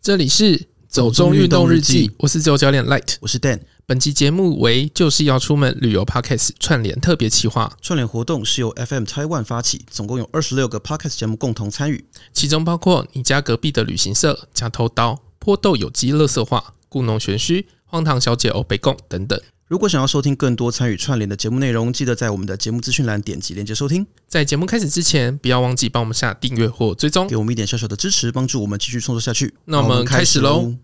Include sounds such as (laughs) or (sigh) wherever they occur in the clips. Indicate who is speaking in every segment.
Speaker 1: 这里是走中运动日
Speaker 2: 走中运动日
Speaker 1: 记
Speaker 2: 记，
Speaker 1: 我是自由教练 Light。
Speaker 2: 我是 Dan。
Speaker 1: 本期节目为就是要出门旅游 Podcast 串联特别企划，
Speaker 2: 串联活动是由 FM Taiwan 发起，总共有二十六个 Podcast 节目共同参与。
Speaker 1: 其中包括你家隔壁的旅行社、假头刀、坡豆有机乐色化、故弄玄虚、荒唐小姐欧北贡等等。
Speaker 2: 如果想要收听更多参与串联的节目内容，记得在我们的节目资讯栏点击链接收听，
Speaker 1: 在节目开始之前，不要忘记帮我们下订阅或追踪
Speaker 2: 给。我们一点小小的支持，帮助我们继续创作下去。
Speaker 1: 那我们开始喽。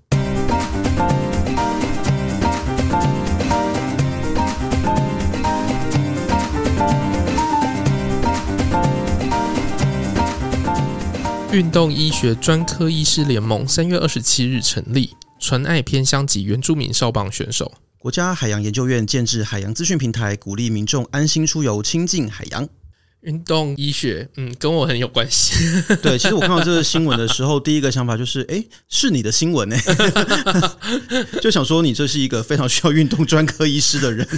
Speaker 1: 运动医学专科医师联盟三月二十七日成立，纯爱偏乡及原住民少棒选手。
Speaker 2: 国家海洋研究院建制海洋资讯平台，鼓励民众安心出游，亲近海洋。
Speaker 1: 运动医学，嗯，跟我很有关系。
Speaker 2: 对，其实我看到这个新闻的时候， (laughs) 第一个想法就是，哎、是你的新闻呢、 (laughs) 就想说你这是一个非常需要运动专科医师的人。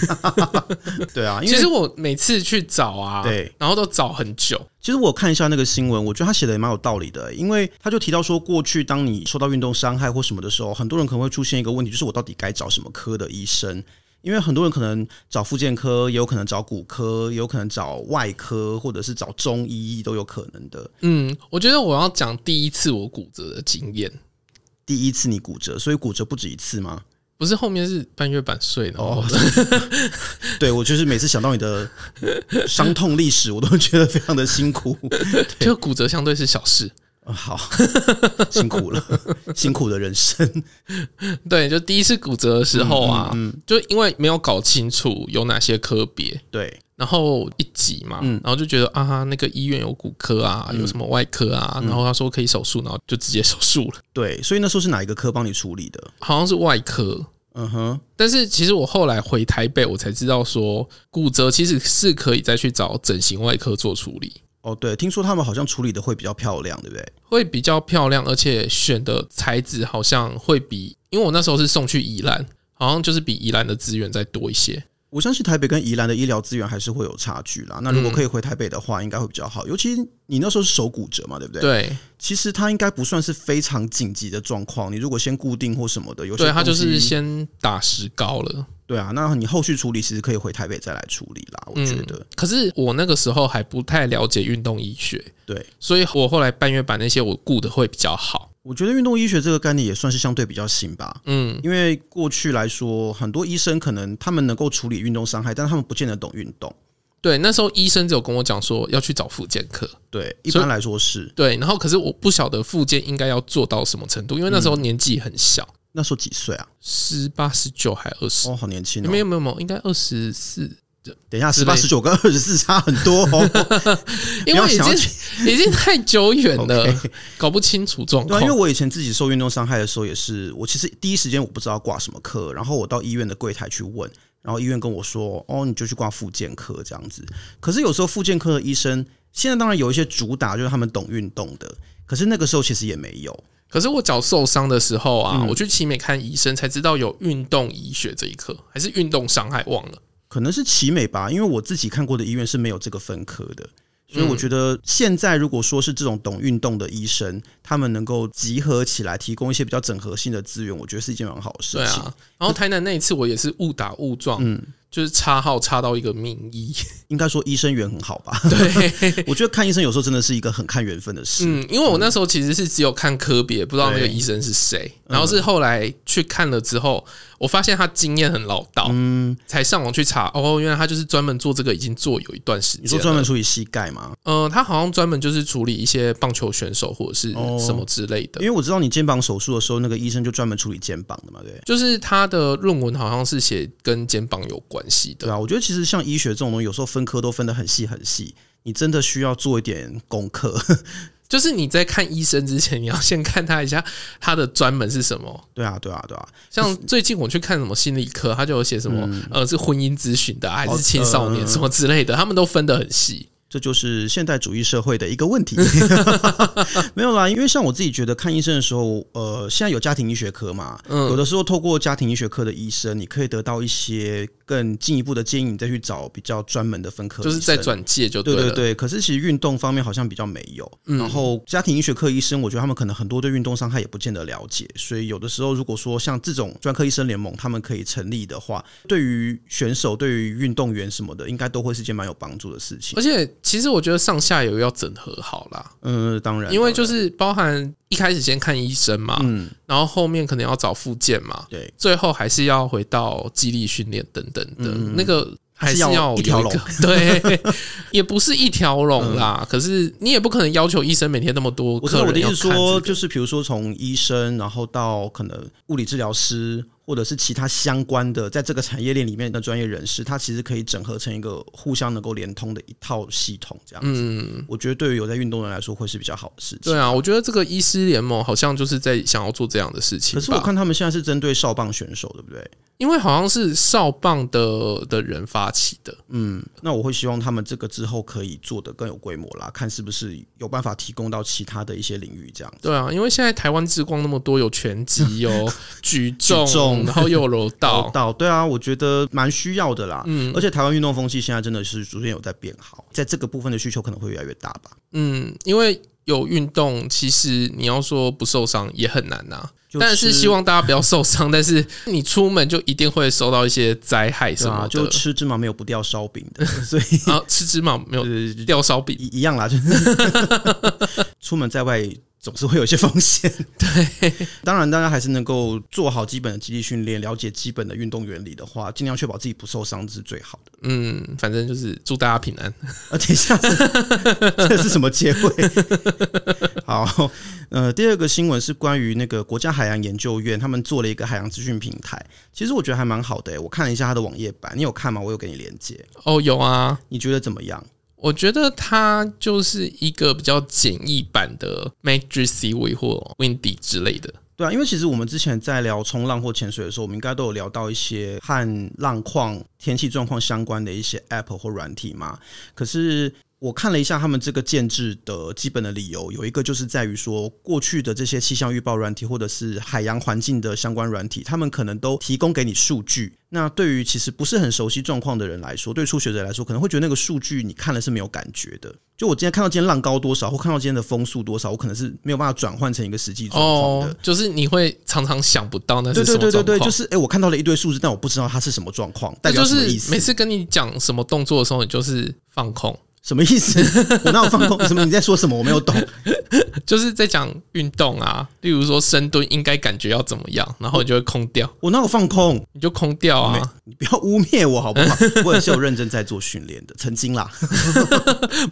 Speaker 2: (laughs) 对啊， (laughs) 因为
Speaker 1: 其实我每次去找啊，
Speaker 2: 对，
Speaker 1: 然后都找很久。
Speaker 2: 其实我看一下那个新闻，我觉得他写的也蛮有道理的，因为他就提到说，过去当你受到运动伤害或什么的时候，很多人可能会出现一个问题，就是我到底该找什么科的医生？因为很多人可能找复健科，也有可能找骨科，也有可能找外科，或者是找中医都有可能的。
Speaker 1: 嗯，我觉得我要讲第一次我骨折的经验，
Speaker 2: 第一次你骨折，所以骨折不止一次吗？
Speaker 1: 不是后面是半月板碎的哦 (laughs)
Speaker 2: 哦，对我就是每次想到你的伤痛历史，我都觉得非常的辛苦。 (laughs)
Speaker 1: 就骨折相对是小事。
Speaker 2: 啊好， (laughs) 辛苦了， (laughs) 辛苦的人生。
Speaker 1: 对，就第一次骨折的时候啊，就因为没有搞清楚有哪些科别，
Speaker 2: 对，
Speaker 1: 然后一挤嘛，然后就觉得啊，那个医院有骨科啊，有什么外科啊，然后他说可以手术，然后就直接手术了， (laughs)
Speaker 2: 对，所以那时候是哪一个科帮你处理的？
Speaker 1: 好像是外科。
Speaker 2: 嗯哼，
Speaker 1: 但是其实我后来回台北，我才知道说骨折其实是可以再去找整形外科做处理，
Speaker 2: 哦，对，听说他们好像处理的会比较漂亮，对不对？
Speaker 1: 会比较漂亮，而且选的材质好像会比，因为我那时候是送去宜兰，好像就是比宜兰的资源再多一些。
Speaker 2: 我相信台北跟宜兰的医疗资源还是会有差距啦。那如果可以回台北的话，应该会比较好。尤其你那时候是手骨折嘛，对不对？。
Speaker 1: 对，
Speaker 2: 其实它应该不算是非常紧急的状况，你如果先固定或什么的，有些
Speaker 1: 对，他就
Speaker 2: 东西
Speaker 1: 是先打石膏了。
Speaker 2: 对啊。那你后续处理其实可以回台北再来处理啦。我觉得、
Speaker 1: 可是我那个时候还不太了解运动医学，
Speaker 2: 对。
Speaker 1: 所以我后来半月板那些我顾的会比较好。
Speaker 2: 我觉得运动医学这个概念也算是相对比较新吧，
Speaker 1: 嗯，
Speaker 2: 因为过去来说，很多医生可能他们能够处理运动伤害，但他们不见得懂运动。
Speaker 1: 对，那时候医生只有跟我讲说要去找复健科，
Speaker 2: 对，一
Speaker 1: 所以
Speaker 2: 般来说是
Speaker 1: 对，然后可是我不晓得复健应该要做到什么程度，因为那时
Speaker 2: 嗯
Speaker 1: 候年纪很小，
Speaker 2: 那时候几岁啊？
Speaker 1: 十八、十九还二十、
Speaker 2: 哦，好年轻哦！
Speaker 1: 没有没有没有，应该二十四，
Speaker 2: 等一下，
Speaker 1: 之
Speaker 2: 十
Speaker 1: 类
Speaker 2: 八、十九跟二十四差很多
Speaker 1: (laughs)
Speaker 2: 哦。
Speaker 1: 因
Speaker 2: 不要
Speaker 1: 为已
Speaker 2: 想
Speaker 1: 经
Speaker 2: 要
Speaker 1: 已经太久远了
Speaker 2: (laughs) OK
Speaker 1: 搞不清楚状
Speaker 2: 对啊，
Speaker 1: 况
Speaker 2: 因为。我以前自己受运动伤害的时候，也是我其实第一时间我不知道挂什么科，然后我到医院的柜台去问，然后医院跟我说：“哦，你就去挂复健科这样子。”可是有时候复健科的医生，现在当然有一些主打就是他们懂运动的，可是那个时候其实也没有。
Speaker 1: 可是我脚受伤的时候
Speaker 2: 嗯
Speaker 1: 啊，我去奇美看医生才知道有运动医学这一科，还是运动伤害忘了。
Speaker 2: 可能是奇美吧，因为我自己看过的医院是没有这个分科的，所以我觉得现在如果说是这种懂运动的医生，他们能够集合起来提供一些比较整合性的资源，我觉得是一嗯件蛮好的事
Speaker 1: 对
Speaker 2: 情。
Speaker 1: 啊，然后台南那一次我也是误打误撞，就是插号插到一个名医，
Speaker 2: 应该说医生缘很好吧？
Speaker 1: 对，
Speaker 2: (laughs) 我觉得看医生有时候真的是一个很看缘分的事。
Speaker 1: 嗯，因为我那时候其实是只有看科别，不知道那个
Speaker 2: 对嗯
Speaker 1: 医生是谁，然后是后来去看了之后，我发现他经验很老道，嗯，才上网去查，哦，原来他就是专门做这个，已经做有一段时
Speaker 2: 你说
Speaker 1: 间
Speaker 2: 专
Speaker 1: 了。
Speaker 2: 门处理膝盖吗？
Speaker 1: 嗯、他好像专门就是处理一些棒球选手或者是
Speaker 2: 哦
Speaker 1: 什么之类的
Speaker 2: 因，为我知道你肩膀手术的时候，那个医生就专门处理肩膀的嘛，对。
Speaker 1: 就是他的论文好像是写跟肩膀有关系
Speaker 2: 对
Speaker 1: 的。
Speaker 2: 啊，我觉得其实像医学这种东西，有时候分科都分得很细很细，你真的需要做一点功课。 (laughs)
Speaker 1: 就是你在看医生之前，你要先看他一下他的专门是什么。
Speaker 2: 对啊，对啊，对啊。
Speaker 1: 像最近我去看什么心理科，他就有写什么、呃是婚姻咨询的啊、还
Speaker 2: 嗯哦
Speaker 1: 是青少年
Speaker 2: 嗯
Speaker 1: 什么之类的，他们都分得很细。
Speaker 2: 这这就是现代主义社会的一个
Speaker 1: (laughs)
Speaker 2: 问题。没有啦，因为像我自己觉得看医生的时候，呃，现在有家庭医学科嘛，
Speaker 1: 嗯
Speaker 2: 有的时候透过家庭医学科的医生，你可以得到一些更进一步的建议，你再去找比较专门的分科医
Speaker 1: 就
Speaker 2: 生，
Speaker 1: 是在转介就
Speaker 2: 对
Speaker 1: 了。嗯
Speaker 2: 对对，可是其实运动方面好像比较没有。然后家庭医学科医生，我觉得他们可能很多对运动伤害也不见得了解，所以有的时候如果说像这种专科医生联盟，他们可以成立的话，对于选手、对于运动员什么的，应该都会是件蛮有帮助的事情。
Speaker 1: 而且其实我觉得上下游要整合好啦，
Speaker 2: 嗯，当然，
Speaker 1: 因为
Speaker 2: 当然
Speaker 1: 就是包含一开始先看医生嘛，
Speaker 2: 嗯，
Speaker 1: 然后后面可能要找复健嘛，
Speaker 2: 对，
Speaker 1: 最后还是要回到肌力训练等等的，
Speaker 2: 嗯嗯嗯
Speaker 1: 那个还是
Speaker 2: 还是要
Speaker 1: 要
Speaker 2: 一条龙嗯
Speaker 1: 有个， (laughs) 对，也不是一条龙啦。可是你也不可能要求医生每天那么多
Speaker 2: 我知道
Speaker 1: 客
Speaker 2: 我
Speaker 1: 人
Speaker 2: 的意
Speaker 1: 要
Speaker 2: 思
Speaker 1: 看这个、
Speaker 2: 说，就是比如说从医生，然后到可能物理治疗师，或者是其他相关的，在这个产业链里面的专业人士，他其实可以整合成一个互相能够连通的一套系统，这样子。
Speaker 1: 嗯，
Speaker 2: 我觉得对于有在运动的人来说，会是比较好的事情。
Speaker 1: 对啊，我觉得这个医师联盟好像就是在想要做这样的事情
Speaker 2: 可
Speaker 1: 吧。
Speaker 2: 是我看他们现在是针对少棒选手，对不对？
Speaker 1: 因为好像是少棒的的人发起的，
Speaker 2: 嗯，那我会希望他们这个之后可以做得更有规模啦，看是不是有办法提供到其他的一些领域这样子。
Speaker 1: 对啊，因为现在台湾之光那么多，有拳击，
Speaker 2: (laughs)
Speaker 1: 有举重，
Speaker 2: 举重
Speaker 1: 然后又有柔道
Speaker 2: (laughs) 到，到对啊，我觉得蛮需要的啦。
Speaker 1: 嗯
Speaker 2: 而且台湾运动风气现在真的是逐渐有在变好，在这个部分的需求可能会越来越大吧。
Speaker 1: 嗯，因为有运动，其实你要说不受伤也很难啊呐、
Speaker 2: 就
Speaker 1: 但是希望大家不要受伤， (laughs) 但是你出门就一定会受到一些灾害什
Speaker 2: 对啊，
Speaker 1: 么的
Speaker 2: 就。吃芝麻没有不掉烧饼
Speaker 1: (laughs)
Speaker 2: 的，所以
Speaker 1: 啊，吃芝麻
Speaker 2: (laughs)
Speaker 1: 没有
Speaker 2: 呃
Speaker 1: 掉烧饼，
Speaker 2: 一一样啦，就是 (laughs) 出门在外总是会有一些风
Speaker 1: (laughs)
Speaker 2: 险。对，当然大家还是能够做好基本的肌力训练，了解基本的运动原理的话，尽量确保自己不受伤是最好的。
Speaker 1: 嗯，反正就是祝大家平安。
Speaker 2: 而且啊下次这是什么结尾？ (laughs) 好，呃，第二个新闻是关于那个国家海洋研究院，他们做了一个海洋资讯平台，其实我觉得还蛮好的、欸。我看了一下它的网页版，你有看吗？我有给你连接，
Speaker 1: 哦，有啊，
Speaker 2: 你觉得怎么样？
Speaker 1: 我觉得它就是一个比较简易版的 Magic Seaweed 或 Windy 之类的。
Speaker 2: 对啊，因为其实我们之前在聊冲浪或潜水的时候，我们应该都有聊到一些和浪况、天气状况相关的一些 App 或软体嘛。可是我看了一下他们这个建制的基本的理由，有一个就是在于说，过去的这些气象预报软体或者是海洋环境的相关软体，他们可能都提供给你数据。那对于其实不是很熟悉状况的人来说，对初学者来说，可能会觉得那个数据你看了是没有感觉的。就我今天看到今天浪高多少，或看到今天的风速多少，我可能是没有办法转换成一个实际状况的。
Speaker 1: 哦，就是你会常常想不到那
Speaker 2: 对
Speaker 1: 是什
Speaker 2: 对
Speaker 1: 么
Speaker 2: 对对
Speaker 1: 状
Speaker 2: 对，
Speaker 1: 况，
Speaker 2: 就是哎、诶我看到了一堆数字，但我不知道它是什么状况，代
Speaker 1: 那
Speaker 2: 表
Speaker 1: 就
Speaker 2: 什么
Speaker 1: 是
Speaker 2: 意思？
Speaker 1: 每次跟你讲什么动作的时候，你就是放空，
Speaker 2: 什么意思？ (laughs) 我哪有放空？什么？你在说什么？我没有懂。
Speaker 1: 就是在讲运动啊，例如说深蹲应该感觉要怎么样，然后你就会空掉，
Speaker 2: 我哪有放空？
Speaker 1: 你就空掉
Speaker 2: 没
Speaker 1: 啊，
Speaker 2: 你不要污蔑我好
Speaker 1: (laughs)
Speaker 2: 不好？我也是有认真在做训练的，曾经啦，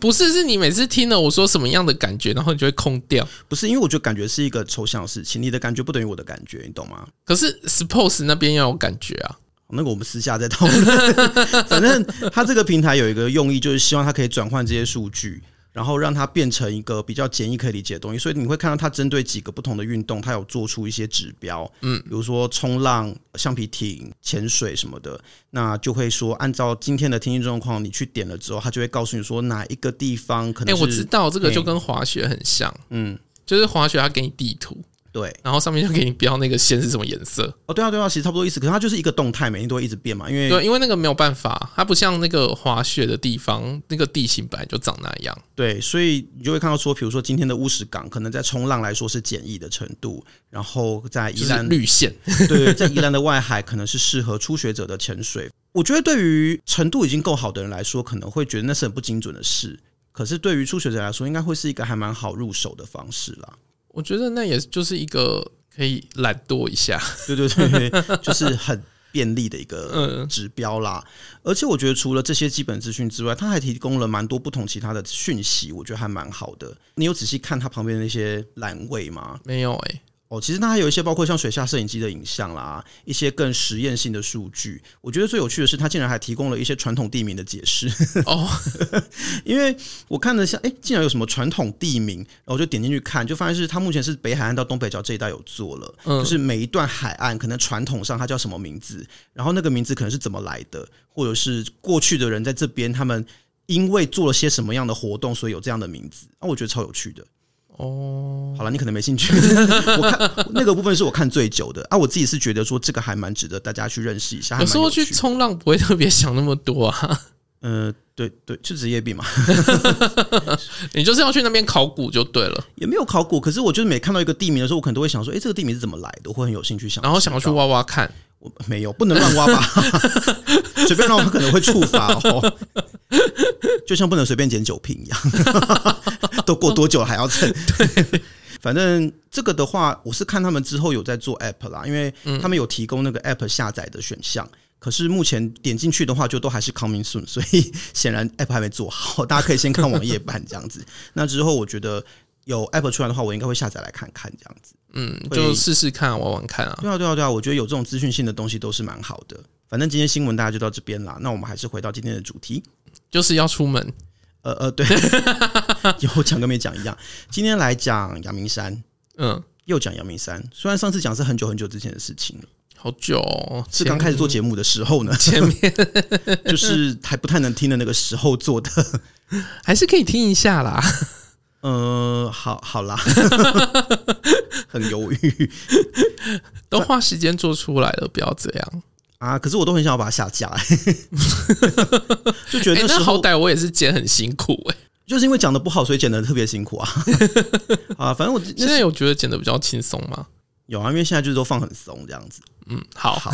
Speaker 1: 不是，是你每次听了我说什么样的感觉，然后你就会空掉。
Speaker 2: 不是因为我觉得感觉是一个抽象的事情，你的感觉不等于我的感觉，你懂吗？
Speaker 1: 可是 suppose 那边要有感觉啊，
Speaker 2: 那个我们私下再讨论。 (laughs) 反正它这个平台有一个用意，就是希望它可以转换这些数据，然后让它变成一个比较简易可以理解的东西。所以你会看到它针对几个不同的运动，它有做出一些指标，嗯，比如说冲浪、橡皮艇、潜水什么的，那就会说按照今天的天气状况，你去点了之后，它就会告诉你说哪一个地方可
Speaker 1: 哎、
Speaker 2: 能
Speaker 1: 我知
Speaker 2: 是、
Speaker 1: 道这个就跟滑雪很像，
Speaker 2: 嗯。
Speaker 1: 就是滑雪它给你地图，
Speaker 2: 对，
Speaker 1: 然后上面就给你标那个线是什么颜色。
Speaker 2: 哦，对啊，对啊，其实差不多意思。可是它就是一个动态，每天都会一直变嘛，因为
Speaker 1: 对，因为那个没有办法，它不像那个滑雪的地方，那个地形本来就长那样。
Speaker 2: 对，所以你就会看到说，比如说今天的乌石港，可能在冲浪来说是简易的程度，然后在
Speaker 1: 就
Speaker 2: 宜
Speaker 1: 是
Speaker 2: 兰，
Speaker 1: 绿线，
Speaker 2: 对，在宜兰的外海可能是适合初学者的潜水。我觉得对于程度已经够好的人来说，可能会觉得那是很不精准的事。可是对于初学者来说，应该会是一个还蛮好入手的方式啦。
Speaker 1: 我觉得那也就是一个可以懒惰一下。 (laughs)
Speaker 2: 对对对，对就是很便利的一个
Speaker 1: 嗯
Speaker 2: 指标啦。而且我觉得除了这些基本资讯之外，它还提供了蛮多不同其他的讯息，我觉得还蛮好的。你有仔细看它旁边的那些栏位吗？
Speaker 1: 没有哎、
Speaker 2: 哦，其实它还有一些包括像水下摄影机的影像啦，一些更实验性的数据。我觉得最有趣的是，它竟然还提供了一些传统地名的解释。 (laughs)
Speaker 1: 哦，
Speaker 2: 因为我看了一下，哎、竟然有什么传统地名，然后我就点进去看，就发现是它目前是北海岸到东北角这一带有做了，
Speaker 1: 嗯
Speaker 2: 就是每一段海岸可能传统上它叫什么名字，然后那个名字可能是怎么来的，或者是过去的人在这边他们。因为做了些什么样的活动，所以有这样的名字，那、我觉得超有趣的。
Speaker 1: 哦，
Speaker 2: 好了，你可能没兴趣。我看那个部分是我看最久的啊，我自己是觉得说这个还蛮值得大家去认识一下。还
Speaker 1: 有
Speaker 2: 蛮
Speaker 1: 时候
Speaker 2: 趣
Speaker 1: 去
Speaker 2: 的
Speaker 1: 冲浪不会特别想那么多啊，
Speaker 2: 呃，对对，是职业病嘛，
Speaker 1: 你就是要去那边考古就对了，
Speaker 2: 也没有考古。可是我就是每看到一个地名的时候，我可能都会想说，哎、这个地名是怎么来的？我会很有兴趣想知道。
Speaker 1: 然后想要去挖挖看。
Speaker 2: 我没有，不能乱挖吧，随便乱挖可能会触发哦。就像不能随便捡酒瓶一样，都过多久了还要蹭？反正这个的话，我是看他们之后有在做 app 啦，因为他们有提供那个 app 下载的选项。可是目前点进去的话，就都还是 coming soon，所以显然 app 还没做好， (laughs) 大家可以先看网页版这样子。那之后我觉得有 app 出来的话，我应该会下载来看看这样子。
Speaker 1: 嗯，
Speaker 2: 会
Speaker 1: 就试试看，玩玩看啊。
Speaker 2: 对啊，对啊，对啊，我觉得有这种资讯性的东西都是蛮好的。反正今天新闻大家就到这边啦，那我们还是回到今天的主题。
Speaker 1: 就是要出门，
Speaker 2: 呃呃，对， (laughs) 有讲跟没讲一样。今天来讲阳明山，
Speaker 1: 嗯，
Speaker 2: 又讲阳明山。虽然上次讲是很久很久之前的事情了，
Speaker 1: 好久、哦，
Speaker 2: 是刚开始做节目的时候呢，
Speaker 1: 前面
Speaker 2: (laughs) 就是还不太能听的那个时候做的。
Speaker 1: 还是可以听一下
Speaker 2: (laughs)
Speaker 1: 啦。
Speaker 2: 呃，好好
Speaker 1: (laughs)
Speaker 2: 啦，很犹豫
Speaker 1: 都花时间做出来了，不要这样。
Speaker 2: 啊。可是我都很想要把它
Speaker 1: (laughs)
Speaker 2: 下架、 (laughs) 就觉
Speaker 1: 哎、
Speaker 2: 得那时
Speaker 1: 那
Speaker 2: 候、
Speaker 1: 好歹我也是剪很辛苦哎、
Speaker 2: 就是因为讲的不好，所以剪的特别辛苦啊。 (laughs) 啊，反正我那
Speaker 1: 现在有觉得剪的比较轻松吗？
Speaker 2: 有啊，因为现在就是都放很松这样子。 (laughs)
Speaker 1: 嗯，好，
Speaker 2: 好，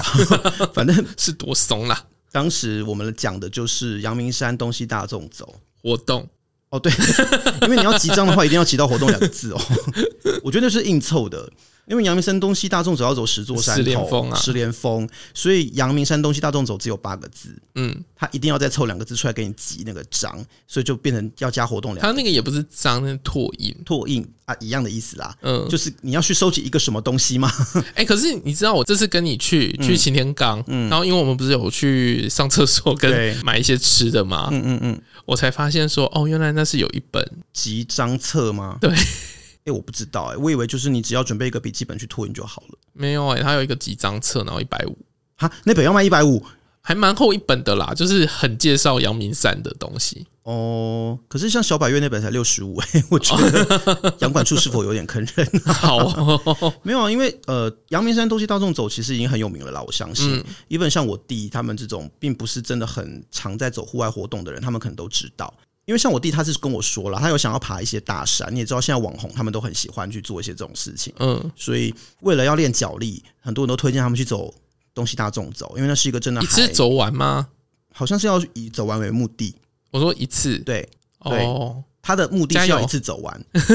Speaker 2: 反正
Speaker 1: 是多松啦。
Speaker 2: 当时我们讲的就是阳明山东西大众走。
Speaker 1: 活动
Speaker 2: 哦，对， (laughs) 因为你要集章的话，一定要集到“活动”两个字哦。 (laughs) 我觉得那是硬凑的，因为阳明山东西大众走要走十座山头，
Speaker 1: 十连峰啊
Speaker 2: 十连峰，所以阳明山东西大众走只有八个字，
Speaker 1: 嗯，
Speaker 2: 他一定要再凑两个字出来给你集那个章，所以就变成要加活动两
Speaker 1: 它
Speaker 2: 个字
Speaker 1: 那个也不是脏，那是拓印。
Speaker 2: 拓印啊，一样的意思啦。
Speaker 1: 嗯，
Speaker 2: 就是你要去收集一个什么东西吗？
Speaker 1: 哎、可是你知道我这次跟你去
Speaker 2: 嗯
Speaker 1: 去擎天岗，然后因为我们不是有去上厕所
Speaker 2: 对
Speaker 1: 跟买一些吃的嘛，
Speaker 2: 嗯嗯嗯，
Speaker 1: 我才发现说，哦，原来那是有一本，
Speaker 2: 集章册吗？
Speaker 1: 对，
Speaker 2: 哎、我不知道哎、我以为就是你只要准备一个笔记本去拓印就好了。
Speaker 1: 没有哎、它有一个几张册，然后一百五，
Speaker 2: 哈，那本要卖一百五
Speaker 1: 还蛮厚一本的啦，就是很介绍阳明山的东
Speaker 2: (laughs)
Speaker 1: 西。
Speaker 2: 哦，可是像小百月那本才六十五哎， (laughs) 我觉得杨管处是否有点坑人？
Speaker 1: (laughs) 好、哦，
Speaker 2: 没有啊，因为呃，阳明山东西大众走其实已经很有名了啦，我相信
Speaker 1: (laughs) 嗯。
Speaker 2: 一、本像我弟他们这种并不是真的很常在走户外活动的人，他们可能都知道。因为像我弟，他是跟我说了，他有想要爬一些大山，你也知道，现在网红他们都很喜欢去做一些这种事情。
Speaker 1: 嗯，
Speaker 2: 所以为了要练脚力，很多人都推荐他们去走东西大众走，因为那是一个真的
Speaker 1: 一次
Speaker 2: 还
Speaker 1: 走完吗？
Speaker 2: 好像是要以走完为目的。
Speaker 1: 我说一次，
Speaker 2: 对，对
Speaker 1: 哦，
Speaker 2: 他的目的
Speaker 1: 加
Speaker 2: 是
Speaker 1: 油
Speaker 2: 要一次走完， (laughs)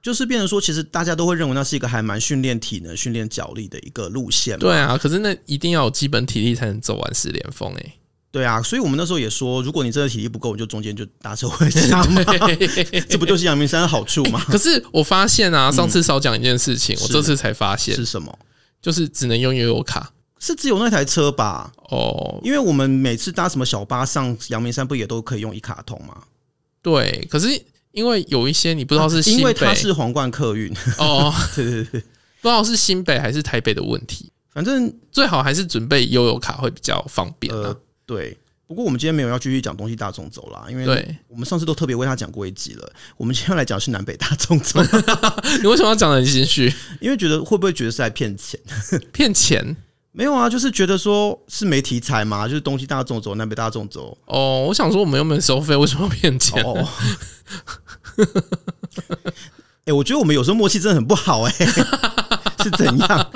Speaker 2: 就是变成说，其实大家都会认为那是一个还蛮训练体能、训练脚力的一个路线。
Speaker 1: 对啊，可是那一定要有基本体力才能走完十连峰
Speaker 2: (laughs)
Speaker 1: 哎、
Speaker 2: 对啊，所以我们那时候也说，如果你真的体力不够，你就中间就搭车回家
Speaker 1: (laughs)
Speaker 2: 嘛，这不就是阳明山的好处吗？
Speaker 1: 可是我发现啊，上次少讲一件事情，我这次才发现，
Speaker 2: 嗯是什么？
Speaker 1: 就是只能用悠游卡
Speaker 2: 是只有那台车吧？
Speaker 1: 哦。
Speaker 2: 因为我们每次搭什么小巴上阳明山，不也都可以用一卡通吗？
Speaker 1: 对，可是因为有一些你不知道是新
Speaker 2: 啊
Speaker 1: 北、
Speaker 2: 因为它是皇冠客运，
Speaker 1: 哦， (laughs)
Speaker 2: 对对对，
Speaker 1: 不知道是新北还是台北的问题，
Speaker 2: (laughs) 反正
Speaker 1: 最好还是准备悠游卡会比较方便啊。
Speaker 2: 呃，对。不过我们今天没有要继续讲东西大众走啦，因为
Speaker 1: 对，
Speaker 2: 我们上次都特别为他讲过一集了。我们今天要来讲的是南北大
Speaker 1: (laughs)
Speaker 2: 众走，
Speaker 1: 你为什么要讲的很心虚？
Speaker 2: 因为觉得会不会觉得是在骗钱？
Speaker 1: 骗钱
Speaker 2: 没有啊，就是觉得说是没题材嘛，就是东西大众走、南北大众
Speaker 1: (laughs)
Speaker 2: 走。
Speaker 1: 哦！我想说我们又没有收费，为什么要骗钱？
Speaker 2: 哦， (laughs) 哎、我觉得我们有时候默契真的很不好哎、
Speaker 1: (laughs)
Speaker 2: 是怎样？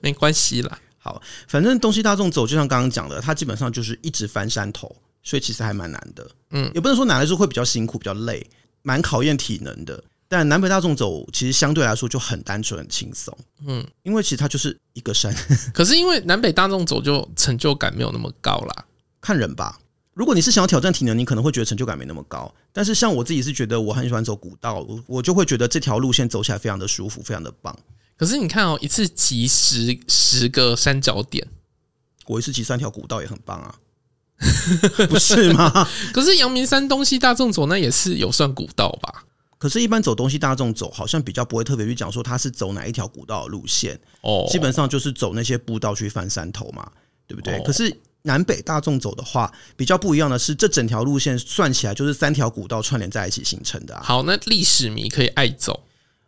Speaker 1: 没关系啦，
Speaker 2: 好，反正东西大众走，就像刚刚讲的，它基本上就是一直翻山头，所以其实还蛮难的。
Speaker 1: 嗯，
Speaker 2: 也不能说难，来说会比较辛苦，比较累，蛮考验体能的。但南北大众走其实相对来说就很单纯、很轻松，
Speaker 1: 嗯。
Speaker 2: 因为其实它就是一个山， (laughs)
Speaker 1: 可是因为南北大众走就成就感没有那么高啦，
Speaker 2: 看人吧。如果你是想要挑战体能，你可能会觉得成就感没那么高。但是像我自己是觉得我很喜欢走古道，我我就会觉得这条路线走起来非常的舒服，非常的棒。
Speaker 1: 可是你看哦，一次集十十个山脚点，
Speaker 2: 我一次骑三条古道也很
Speaker 1: (laughs)
Speaker 2: 棒啊，不是吗？
Speaker 1: 可是阳明山东西大众走那也是有算古道吧？
Speaker 2: 可是，一般走东西大众走，好像比较不会特别去讲说它是走哪一条古道的路线，
Speaker 1: 哦，
Speaker 2: 基本上就是走那些步道去翻山头嘛，对不对？
Speaker 1: 哦
Speaker 2: 可是南北大众走的话，比较不一样的是，这整条路线算起来就是三条古道串联在一起形成的啊。
Speaker 1: 好，那历史迷可以爱走，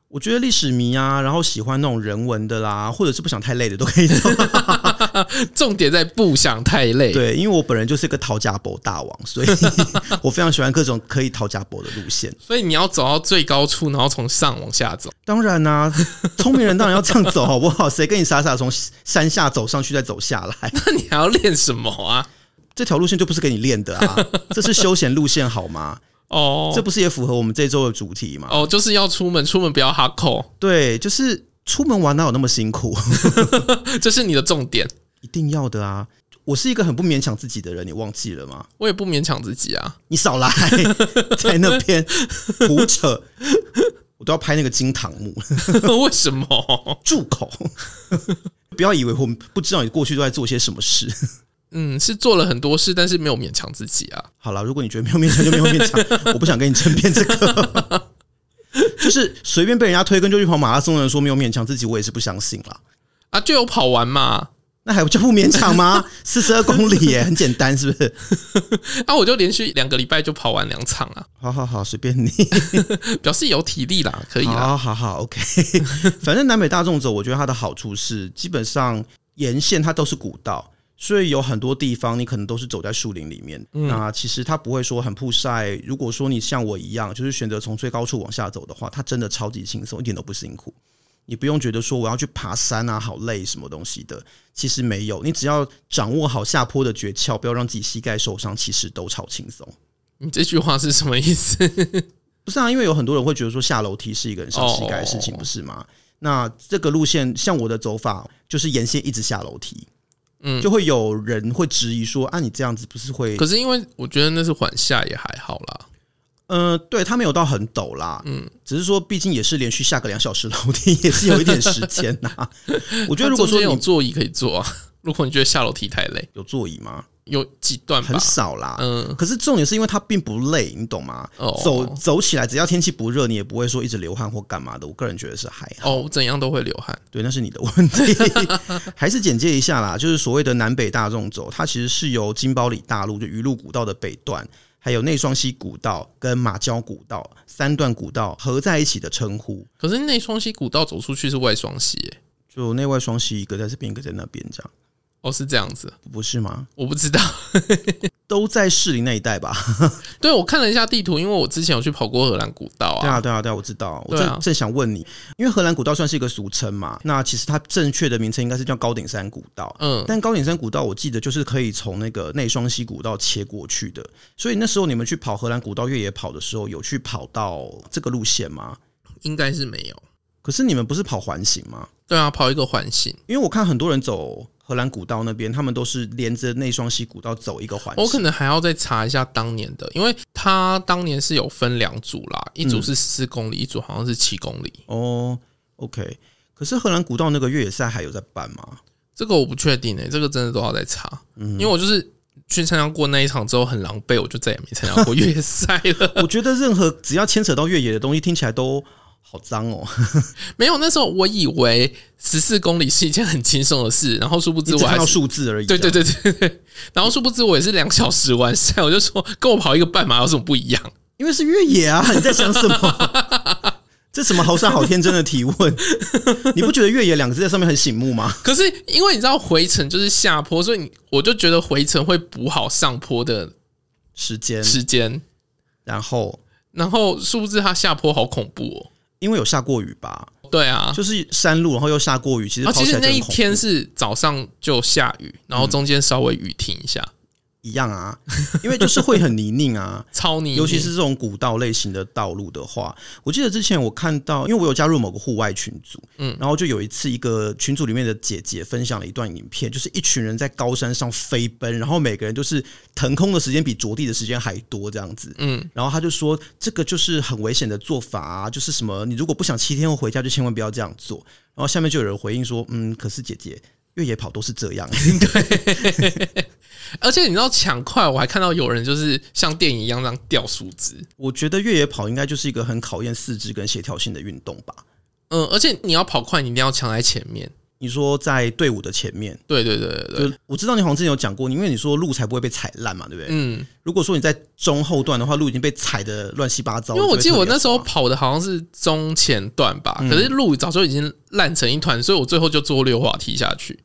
Speaker 2: 我觉得历史迷啊，然后喜欢那种人文的啦，或者是不想太累的都可
Speaker 1: (laughs)
Speaker 2: 以走。
Speaker 1: 重点在不想太累。
Speaker 2: 对，因为我本人就是个讨价博大王，
Speaker 1: (laughs)
Speaker 2: 所以我非常喜欢各种可以讨价博的路线。
Speaker 1: 所以你要走到最高处，然后从上往下走。 (laughs)
Speaker 2: 当然啦、聪明人当然要这样走，好不好？谁跟你傻傻从山下走上去再走下来？
Speaker 1: 那你还要练什么啊？
Speaker 2: 这条路线就不是给你练的
Speaker 1: (laughs)
Speaker 2: 啊，这是休闲路线好吗？这
Speaker 1: 哦
Speaker 2: 不是也符合我们这周的主题吗？
Speaker 1: 哦，就是要出门，出门不要哈扣，
Speaker 2: 对，就是出门玩哪有那么辛苦？ (laughs)
Speaker 1: 这是你的重点。
Speaker 2: 一定要的啊！我是一个很不勉强自己的人，你忘记了吗？
Speaker 1: 我也不勉强自己啊。 (laughs)
Speaker 2: 你少来，在那边胡扯，我都要拍那个金堂木了
Speaker 1: 为什么？
Speaker 2: 住口！ (laughs) 不要以为我们不知道你过去都在做些什么事。
Speaker 1: 嗯，是做了很多事，但是没有勉强自己啊。
Speaker 2: 好了，如果你觉得没有勉强就没有勉强，我不想跟你争辩这个。就是随便被人家推跟就去跑马拉松的人说没有勉强自己，我也是不相信啦。
Speaker 1: 啊，就有跑完嘛。
Speaker 2: 那还叫不勉强吗？四十二公里耶，很简单，是不是？
Speaker 1: 啊，我就连续两个礼拜就跑完两场啊，
Speaker 2: 好好好，随便你。
Speaker 1: 表示有体力啦，可以啊啦。
Speaker 2: 哦好好好，OK。反正南北大众走，我觉得它的好处是，基本上沿线它都是古道，所以有很多地方你可能都是走在树林里面。那其实它不会说很曝晒。如果说你像我一样，就是选择从最高处往下走的话，它真的超级轻松，一点都不辛苦。你不用觉得说我要去爬山啊，好累什么东西的，其实没有。你只要掌握好下坡的诀窍，不要让自己膝盖受伤，其实都超轻松。
Speaker 1: 你这句话是什么意
Speaker 2: (laughs)
Speaker 1: 思？
Speaker 2: 不是啊，因为有很多人会觉得说下楼梯是一个人伤膝盖的事情，
Speaker 1: 哦
Speaker 2: 不是吗？那这个路线像我的走法，就是沿线一直下楼梯，
Speaker 1: 嗯
Speaker 2: 就会有人会质疑说啊，你这样子不是会
Speaker 1: 可，是因为我觉得那是缓下也还好啦。
Speaker 2: 呃，对他没有到很陡啦，嗯，只是说毕竟也是连续下个两小时楼梯，也是有一点时间呐、
Speaker 1: (laughs)
Speaker 2: 我觉得如果
Speaker 1: 啊它中
Speaker 2: 说
Speaker 1: 间有
Speaker 2: 你
Speaker 1: 座椅可以坐啊， (laughs) 如果你觉得下楼梯太累，
Speaker 2: 有座椅吗？
Speaker 1: 有几段吧
Speaker 2: 很。少啦，
Speaker 1: 嗯，
Speaker 2: 可是重点是因为它并不累，你懂吗？
Speaker 1: 哦
Speaker 2: 走走起来，只要天气不热，你也不会说一直流汗或干嘛的。我个人觉得是还好。
Speaker 1: 哦，我怎样都会流汗。
Speaker 2: 对，那是你的问题， (laughs) 还是简介一下啦。就是所谓的南北大众走，它其实是由金包里大路就鱼路古道的北段，还有内双溪古道跟马交古道三段古道合在一起的称呼。
Speaker 1: 可是内双溪古道走出去是外双溪、欸，
Speaker 2: 就内外双溪，一个在这边，一个在那边，这样
Speaker 1: 哦，是这样子，
Speaker 2: 不是吗？
Speaker 1: 我不知道。
Speaker 2: 都在士林那一带吧？
Speaker 1: 对我看了一下地图，因为我之前有去跑过荷兰古道
Speaker 2: 对
Speaker 1: 啊。
Speaker 2: 啊，对啊，对啊，我知道。我
Speaker 1: 对
Speaker 2: 正、
Speaker 1: 啊
Speaker 2: 正想问你，因为荷兰古道算是一个俗称嘛，那其实它正确的名称应该是叫高顶山古道。
Speaker 1: 嗯，
Speaker 2: 但高顶山古道，我记得就是可以从那个内双溪古道切过去的，所以那时候你们去跑荷兰古道越野跑的时候，有去跑到这个路线吗？
Speaker 1: 应该是没有。
Speaker 2: 可是你们不是跑环形吗？
Speaker 1: 对啊，跑一个环形。
Speaker 2: 因为我看很多人走荷兰古道那边，他们都是连着内双溪古道走一个环
Speaker 1: 我可
Speaker 2: 形。
Speaker 1: 能还要再查一下当年的，因为它当年是有分两组啦，
Speaker 2: 嗯
Speaker 1: 一组是四公里，一组好像是七公里，
Speaker 2: 哦，OK。可是荷兰古道那个越野赛还有在办吗？
Speaker 1: 这个我不确定诶、欸这个真的都要再查，嗯因为我就是去参加过那一场之后很狼狈，我就再也没参加过 (laughs) 越野赛了。
Speaker 2: 我觉得任何只要牵扯到越野的东西，听起来都好脏哦。
Speaker 1: 没有，那时候我以为十四公里是一件很轻松的事，然后殊不
Speaker 2: 你
Speaker 1: 知
Speaker 2: (laughs) 只
Speaker 1: 我
Speaker 2: 看
Speaker 1: 还
Speaker 2: 到
Speaker 1: 是。
Speaker 2: 数字而已。啊
Speaker 1: 对对对对对， (laughs) 然后殊不知我也是两小时完赛，我就说跟我跑一个半马有什么不一样？
Speaker 2: 因为是越野啊， (laughs) 你在想什么？
Speaker 1: (laughs)
Speaker 2: 这什么好傻好天真的提问？你不觉得“越野”两个字在上面很醒目吗？
Speaker 1: 可是因为你知道回程就是下坡，所以你我就觉得回程会补好上坡的
Speaker 2: 时间，
Speaker 1: 时间，
Speaker 2: 然后
Speaker 1: 然后殊不知它下坡好恐怖
Speaker 2: 因为有下过雨吧，
Speaker 1: 哦。对啊，
Speaker 2: 就是山路，然后又下过雨，其实
Speaker 1: 然
Speaker 2: 跑
Speaker 1: 后其
Speaker 2: 起
Speaker 1: 实
Speaker 2: 来就
Speaker 1: 那
Speaker 2: 很
Speaker 1: 一
Speaker 2: 恐怖嗯
Speaker 1: 天是早上就下雨，然后中间稍微雨停一下，
Speaker 2: 一样啊，因为就是会很泥泞啊。
Speaker 1: 超泥泞，
Speaker 2: 尤其是这种古道类型的道路的话，我记得之前我看到，因为我有加入某个户外群组，嗯，然后就有一次一个群组里面的姐姐分享了一段影片，就是一群人在高山上飞奔，然后每个人就是腾空的时间比着地的时间还多这样子，
Speaker 1: 嗯，
Speaker 2: 然后他就说这个就是很危险的做法啊，就是什么你如果不想七天后回家，就千万不要这样做。然后下面就有人回应说，嗯，可是姐姐。越野跑都是这样， (laughs)
Speaker 1: 而且你知道抢快，我还看到有人就是像电影一样这样掉树枝，
Speaker 2: 我觉得越野跑应该就是一个很考验四肢跟协调性的运动吧。
Speaker 1: 嗯，而且你要跑快，你一定要抢在前面，
Speaker 2: 你说在队伍的前面，
Speaker 1: 对对对对对，
Speaker 2: 就我知道你好像之前有讲过，因为你说路才不会被踩烂嘛，对不对？
Speaker 1: 嗯，
Speaker 2: 如果说你在中后段的话，路已经被踩的乱七八糟。
Speaker 1: 因为我记得我那时候
Speaker 2: 就会特别滑嗯
Speaker 1: 跑的好像是中前段吧，可是路早就已经烂成一团，所以我最后就坐溜滑梯下去，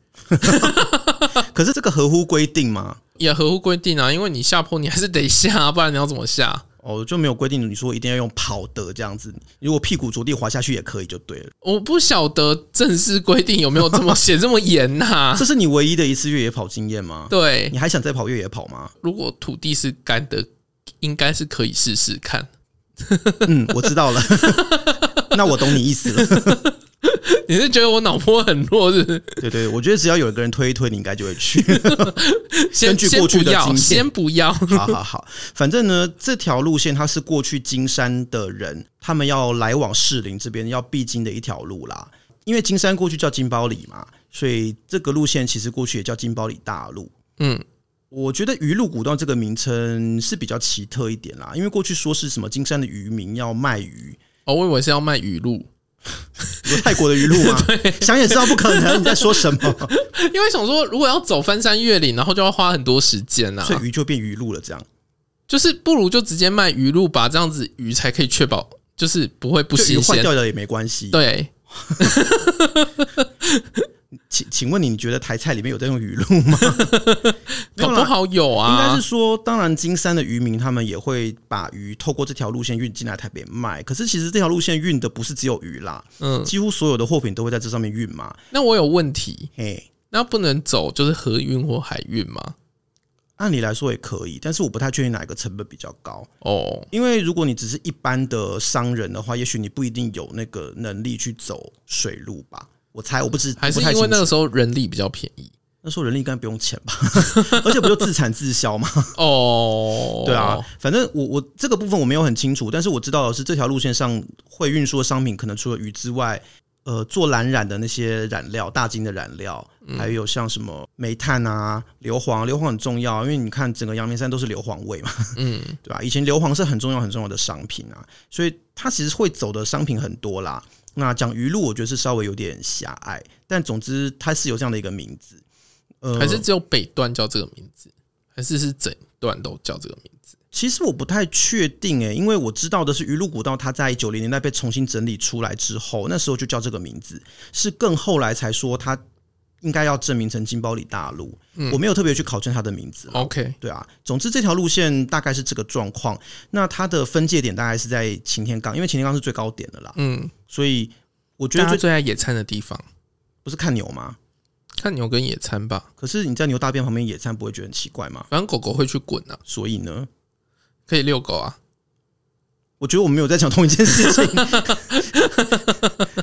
Speaker 2: 可是这个合乎规定嘛？
Speaker 1: 也合乎规定啊，因为你下坡你还是得下啊，不然你要怎么
Speaker 2: (laughs)
Speaker 1: 下？
Speaker 2: 哦，就没有规定你说一定要用跑的这样子，如果屁股着地滑下去也可以，就对了。
Speaker 1: 我不晓得正式规定有没有这么写这么严呐、
Speaker 2: (laughs) 这是你唯一的一次越野跑经验吗？
Speaker 1: 对，
Speaker 2: 你还想再跑越野跑吗？
Speaker 1: 如果土地是干的，应该是可以试试看。 (laughs)
Speaker 2: 嗯，我知道了。 (laughs) 那我懂你意思了。 (laughs)
Speaker 1: 你是觉得我脑波很弱是不是？
Speaker 2: 对对，我觉得只要有一个人推一推，你应该就会去。
Speaker 1: 先
Speaker 2: 根据过去的经验
Speaker 1: 先不要， (laughs) 先不要。
Speaker 2: 好好好，反正呢，这条路线它是过去金山的人他们要来往士林这边要必经的一条路啦。因为金山过去叫金包里嘛，所以这个路线其实过去也叫金包里大路。
Speaker 1: 嗯，
Speaker 2: 我觉得鱼路古道这个名称是比较奇特一点啦，因为过去说是什么金山的渔民要卖鱼，
Speaker 1: 哦，我以为是要卖语录，
Speaker 2: 有泰国的鱼露吗？
Speaker 1: (laughs)
Speaker 2: 想也知道不可能，你在说什么？
Speaker 1: 因为想说如果要走翻山越岭，然后就要花很多时间啊呐、
Speaker 2: 所啊以鱼就变鱼露了，这样
Speaker 1: 就是不如就直接卖鱼露吧，这样子鱼才可以确保就是不会不
Speaker 2: 就鱼
Speaker 1: 新
Speaker 2: 换
Speaker 1: 鲜。
Speaker 2: 掉了也没关系。
Speaker 1: 对，
Speaker 2: 请请问你，你觉得台菜里面有在用鱼露
Speaker 1: (laughs)
Speaker 2: 吗？没
Speaker 1: 搞
Speaker 2: 有啦
Speaker 1: 不好有
Speaker 2: 应该
Speaker 1: 啊
Speaker 2: 是。说，当然金山的渔民他们也会把鱼透过这条路线运进来台北卖。可是其实这条路线运的不是只有鱼啦，
Speaker 1: 嗯，
Speaker 2: 几乎所有的货品都会在这上面运嘛。
Speaker 1: 那我有问题，
Speaker 2: 嘿，
Speaker 1: 那不能走就是河运或海运吗？
Speaker 2: 按啊理来说也可以，但是我不太确定哪一个成本比较高。
Speaker 1: 哦，
Speaker 2: 因为如果你只是一般的商人的话，也许你不一定有那个能力去走水路吧。我猜，我不知
Speaker 1: 还是
Speaker 2: 我不太
Speaker 1: 因为
Speaker 2: 清
Speaker 1: 那
Speaker 2: 楚
Speaker 1: 个时候人力比较便宜。
Speaker 2: 那时候人力应该不用钱吧？ (laughs) 而且不就自产自销吗？
Speaker 1: 哦，
Speaker 2: 对啊，，反正我我这个部分我没有很清楚，但是我知道的是这条路线上会运输的商品，可能除了鱼之外，呃，做蓝染的那些染料，大金的染料，
Speaker 1: 嗯
Speaker 2: 还有像什么煤炭啊、硫磺，硫磺很重要，因为你看整个阳明山都是硫磺味嘛，
Speaker 1: 嗯，
Speaker 2: (laughs) 对吧、以前硫磺是很重要很重要的商品啊，所以它其实会走的商品很多啦。那讲鱼露，我觉得是稍微有点狭隘，但总之它是有这样的一个名字。呃，
Speaker 1: 还是只有北段叫这个名字，还是是整段都叫这个名字？
Speaker 2: 其实我不太确定欸诶，因为我知道的是鱼路古道，它在九零年代被重新整理出来之后，那时候就叫这个名字，是更后来才说它应该要证明成金包里大陆。
Speaker 1: 嗯
Speaker 2: 我没有特别去考证它的名字啦
Speaker 1: OK，
Speaker 2: 对啊，总之这条路线大概是这个状况。那它的分界点大概是在擎天岗，因为擎天岗是最高点的啦，
Speaker 1: 嗯，
Speaker 2: 所以我觉
Speaker 1: 大
Speaker 2: 得
Speaker 1: 家
Speaker 2: 最
Speaker 1: 最爱野餐的地方，
Speaker 2: 不是看牛吗？
Speaker 1: 看牛跟野餐吧。
Speaker 2: 可是你在牛大便旁边野餐，不会觉得很奇怪吗？
Speaker 1: 反正狗狗会去滚啊，
Speaker 2: 所以呢，
Speaker 1: 可以遛狗啊。
Speaker 2: 我觉得我们没有在讲同一件事 (laughs) 情。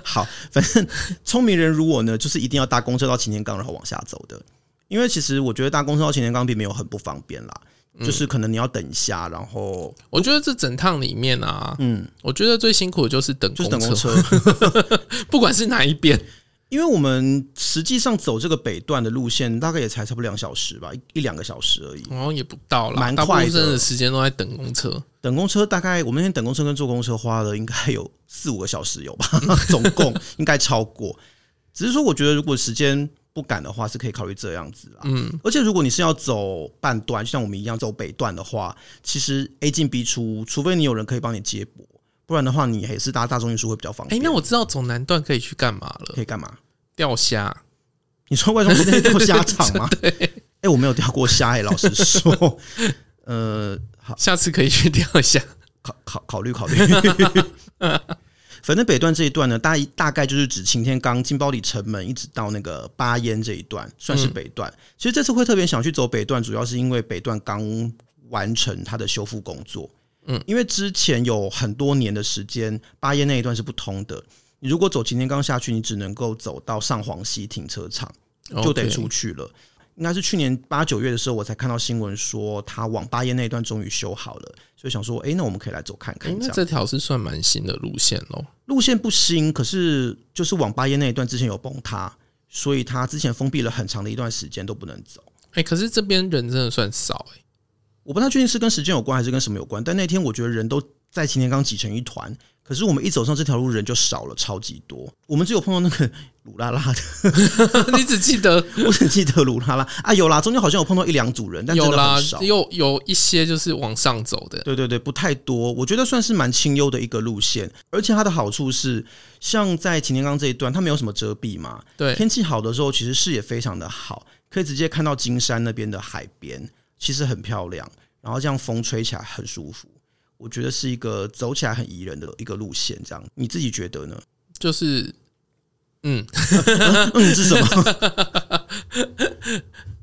Speaker 2: 好，反正聪明人如我呢，就是一定要搭公车到擎天岗，然后往下走的。因为其实我觉得搭公车到擎天岗并没有很不方便啦，就是可能你要等一下，然后
Speaker 1: 我觉得这整趟里面啊，
Speaker 2: 嗯，
Speaker 1: 我觉得最辛苦的就是等
Speaker 2: 就
Speaker 1: 公
Speaker 2: 是
Speaker 1: 车，
Speaker 2: 等公车。 (laughs)
Speaker 1: 不管是哪一边。
Speaker 2: 因为我们实际上走这个北段的路线，大概也才差不多两小时吧，一一两个小时而已。
Speaker 1: 好像也不到啦，
Speaker 2: 蛮
Speaker 1: 大部
Speaker 2: 快的
Speaker 1: 分的时间都在等公车。
Speaker 2: 等公车大概我们那天等公车跟坐公车花了应该有四五个小时有吧， (laughs) 总
Speaker 1: (laughs)
Speaker 2: 共应该超过。只是说，我觉得如果时间不赶的话，是可以考虑这样子啦。
Speaker 1: 嗯，
Speaker 2: 而且如果你是要走半段，就像我们一样走北段的话，其实 A 进 B 出，除非你有人可以帮你接驳，不然的话你还是搭大众运输会比较方
Speaker 1: 哎、
Speaker 2: 便。
Speaker 1: 那我知道走南段可以去干嘛了
Speaker 2: 可，以干嘛？
Speaker 1: 钓虾。
Speaker 2: 你说外送那天钓虾场
Speaker 1: (laughs)
Speaker 2: 吗？对，哎、我没有钓过虾哎、老实说，呃，好。
Speaker 1: 下次可以去钓虾。
Speaker 2: 考考考虑考 (laughs) 虑。反正北段这一段呢，大一大概就是指擎天岗、金包里城门，一直到那个巴烟这一段，算是北段。其实这次会特别想去走北段，主要是因为北段刚完成它的修复工作。嗯，因为之前有很多年的时间，巴烟那一段是不通的。你如果走擎天岗下去，你只能够走到上黄溪停车场， (laughs) 就得
Speaker 1: OK
Speaker 2: 出去了。应该是去年八九月的时候，我才看到新闻说它往巴烟那一段终于修好了，所以想说，哎、那我们可以来走看
Speaker 1: 哎、
Speaker 2: 看。这
Speaker 1: 那
Speaker 2: 样
Speaker 1: 这条是算蛮新的路线哦喽。
Speaker 2: 路线不新，可是就是往巴烟那一段之前有崩塌，所以它之前封闭了很长的一段时间都不能走。
Speaker 1: 哎、可是这边人真的算少哎、
Speaker 2: (laughs) 我不太确定是跟时间有关还是跟什么有关，但那天我觉得人都在擎天岗挤成一团。可是我们一走上这条路，人就少了超级多。我们只有碰到那个 (laughs) 鲁拉拉的，
Speaker 1: 你只记得
Speaker 2: 我只记得鲁拉拉啊，有啦，中间好像有碰到一两组人，但真
Speaker 1: 有
Speaker 2: 的
Speaker 1: 啦
Speaker 2: 很少，。
Speaker 1: 又有一些就是往上走的，
Speaker 2: 对对对，不太多，我觉得算是蛮清幽的一个路线，而且它的好处是，像在擎天岗这一段，它没有什么遮蔽嘛，
Speaker 1: 对，
Speaker 2: 天气好的时候，其实视野非常的好，可以直接看到金山那边的海边，其实很漂亮。然后这样风吹起来很舒服，我觉得是一个走起来很宜人的一个路线。这样你自己觉
Speaker 1: (laughs)
Speaker 2: 得呢？
Speaker 1: 就是嗯，
Speaker 2: 嗯，是什么？ (laughs)